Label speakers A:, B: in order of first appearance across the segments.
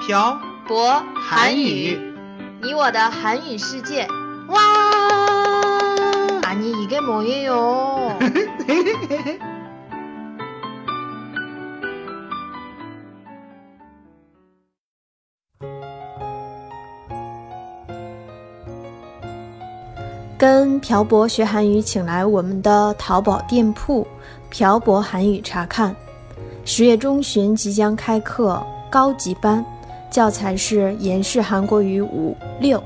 A: 朴
B: 博
A: 韩语，
B: 你我的韩语世界。
A: 와.
B: 아니 이게 뭐예요?
C: 跟朴博学韩语，请来我们的淘宝店铺“朴博韩语”查看。十月中旬即将开课高级班，教材是《延世韩国语五六》。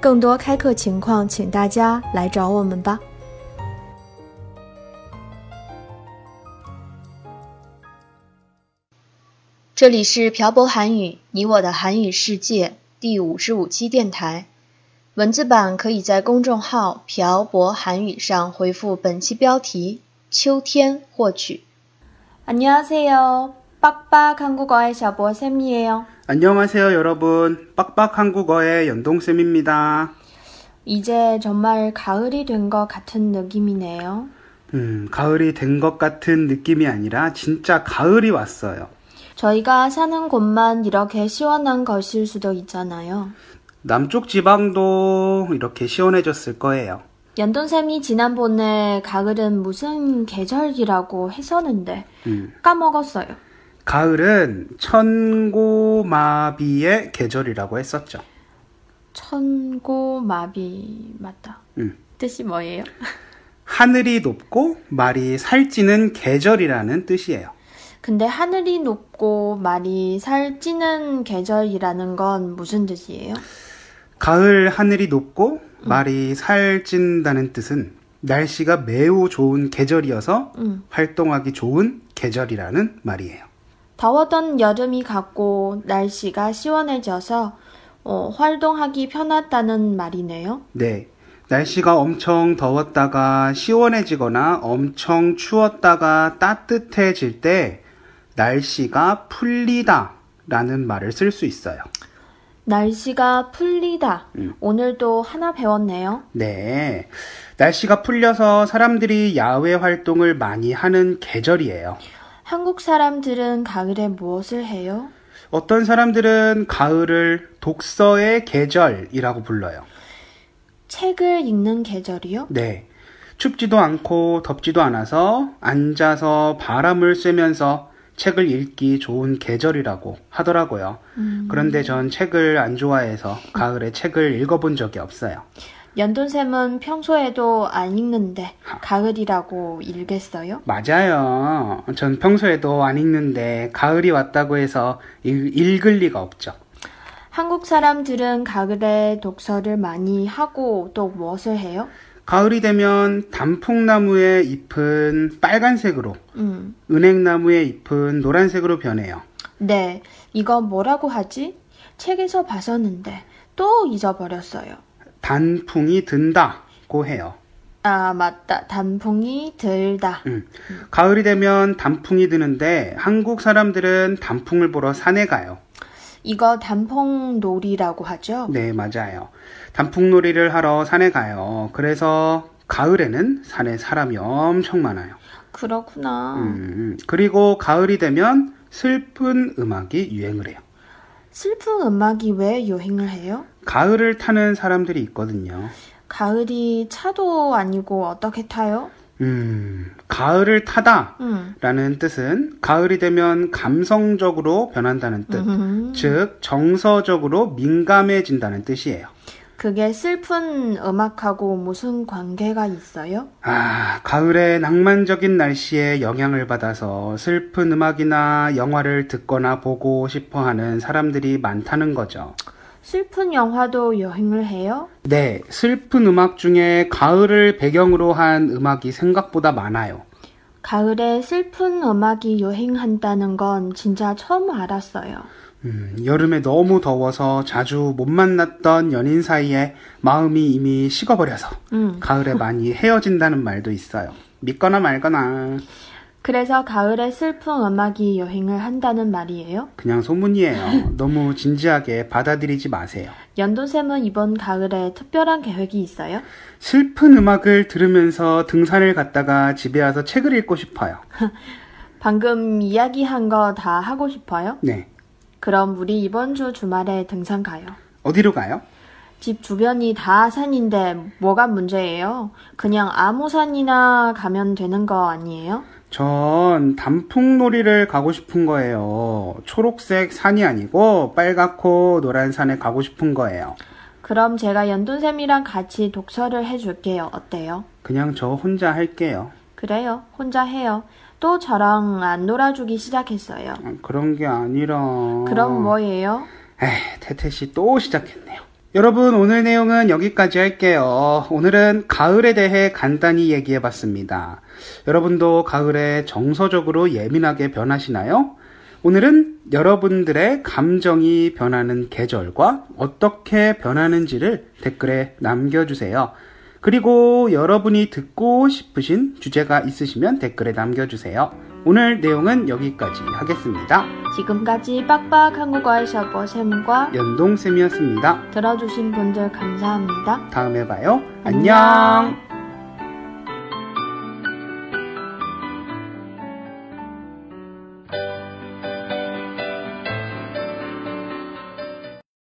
C: 更多开课情况，请大家来找我们吧。
B: 这里是朴博韩语，你我的韩语世界第五十五期电台。文字版可以在公众号“朴博韩语”上回复本期标题“秋天”获取。
C: 안녕하세요. 빡빡 한국어의 샤보쌤이에요.
D: 안녕하세요, 여러분. 빡빡 한국어의 연동쌤입니다.
C: 이제 정말 가을이 된 것 같은 느낌이네요.
D: 음, 가을이 된 것 같은 느낌이 아니라 진짜 가을이 왔어요.
C: 저희가 사는 곳만 이렇게 시원한 것일 수도 있잖아요.
D: 남쪽 지방도 이렇게 시원해졌을 거예요.
C: 연돈쌤이 지난번에 가을은 무슨 계절이라고 했었는데
D: 음,
C: 까먹었어요.
D: 가을은 천고마비의 계절이라고 했었죠.
C: 천고마비 맞다.
D: 음,
C: 뜻이 뭐예요?
D: 하늘이 높고 말이 살찌는 계절이라는 뜻이에요.
C: 근데 하늘이 높고 말이 살찌는 계절이라는 건 무슨 뜻이에요?
D: 가을 하늘이 높고 말이 살찐다는 뜻은 날씨가 매우 좋은 계절이어서
C: 음.
D: 활동하기 좋은 계절이라는 말이에요.
C: 더웠던 여름이 갔고 날씨가 시원해져서 어, 활동하기 편하다는 말이네요.
D: 네. 날씨가 엄청 더웠다가 시원해지거나 엄청 추웠다가 따뜻해질 때 날씨가 풀리다 라는 말을 쓸 수 있어요.
C: 날씨가 풀리다. 오늘도 하나 배웠네요.
D: 네. 날씨가 풀려서 사람들이 야외 활동을 많이 하는 계절이에요.
C: 한국 사람들은 가을에 무엇을 해요?
D: 어떤 사람들은 가을을 독서의 계절이라고 불러요.
C: 책을 읽는 계절이요?
D: 네. 춥지도 않고 덥지도 않아서 앉아서 바람을 쐬면서 책을 읽기 좋은 계절이라고 하더라고요. 그런데 전 책을 안 좋아해서 가을에 책을 읽어본 적이 없어요.
C: 연돈쌤은 평소에도 안 읽는데 가을이라고 읽겠어요?
D: 맞아요. 전 평소에도 안 읽는데 가을이 왔다고 해서 읽, 읽을 리가 없죠.
C: 한국 사람들은 가을에 독서를 많이 하고 또 무엇을 해요?
D: 가을이 되면 단풍나무의 잎은 빨간색으로,
C: 음,
D: 은행나무의 잎은 노란색으로 변해요.
C: 네, 이거 뭐라고 하지? 책에서 봤었는데 또 잊어버렸어요.
D: 단풍이 든다고 해요.
C: 아, 맞다. 단풍이 들다.
D: 음. 가을이 되면 단풍이 드는데 한국 사람들은 단풍을 보러 산에 가요.
C: 이거 단풍놀이라고 하죠?
D: 네, 맞아요. 단풍놀이를 하러 산에 가요. 그래서 가을에는 산에 사람이 엄청 많아요.
C: 그렇구나.
D: 음, 그리고 가을이 되면 슬픈 음악이 유행을 해요.
C: 슬픈 음악이 왜 여행을 해요?
D: 가을을 타는 사람들이 있거든요.
C: 가을이 차도 아니고 어떻게 타요?
D: 음, 가을을 타다
C: 음.
D: 라는 뜻은 가을이 되면 감성적으로 변한다는 뜻,
C: 음.
D: 즉 정서적으로 민감해진다는 뜻이에요.
C: 그게 슬픈 음악하고 무슨 관계가 있어요?
D: 아, 가을의 낭만적인 날씨에 영향을 받아서 슬픈 음악이나 영화를 듣거나 보고 싶어 하는 사람들이 많다는 거죠.
C: 슬픈 영화도 여행을 해요?
D: 네, 슬픈 음악 중에 가을을 배경으로 한 음악이 생각보다 많아요.
C: 가을에 슬픈 음악이 여행한다는 건 진짜 처음 알았어요.
D: 음, 여름에 너무 더워서 자주 못 만났던 연인 사이에 마음이 이미 식어버려서
C: 음.
D: 가을에 많이 헤어진다는 말도 있어요. 믿거나 말거나
C: 그래서 가을에 슬픈 음악이 여행을 한다는 말이에요?
D: 그냥 소문이에요. 너무 진지하게 받아들이지 마세요.
C: 연돈쌤은 이번 가을에 특별한 계획이 있어요?
D: 슬픈 음악을 들으면서 등산을 갔다가 집에 와서 책을 읽고 싶어요.
C: 방금 이야기한 거 다 하고 싶어요?
D: 네.
C: 그럼 우리 이번 주 주말에 등산 가요.
D: 어디로 가요?
C: 집 주변이 다 산인데 뭐가 문제예요? 그냥 아무 산이나 가면 되는 거 아니에요?
D: 전 단풍놀이를 가고 싶은 거예요. 초록색 산이 아니고 빨갛고 노란 산에 가고 싶은 거예요.
C: 그럼 제가 연돈쌤이랑 같이 독서를 해줄게요. 어때요?
D: 그냥 저 혼자 할게요.
C: 그래요. 혼자 해요. 또 저랑 안 놀아주기 시작했어요.
D: 아, 그런 게 아니라.
C: 그럼 뭐예요?
D: 에이, 태태씨 또 시작했네요. 여러분, 오늘 내용은 여기까지 할게요. 오늘은 가을에 대해 간단히 얘기해 봤습니다. 여러분도 가을에 정서적으로 예민하게 변하시나요? 오늘은 여러분들의 감정이 변하는 계절과 어떻게 변하는지를 댓글에 남겨주세요. 그리고 여러분이 듣고 싶으신 주제가 있으시면 댓글에 남겨주세요. 오늘 내용은 여기까지 하겠습니다.
C: 지금까지 빡빡 한국어의 셔버 쌤과
D: 연동쌤이었습니다.
C: 들어주신 분들 감사합니다.
D: 다음에 봐요. 안녕!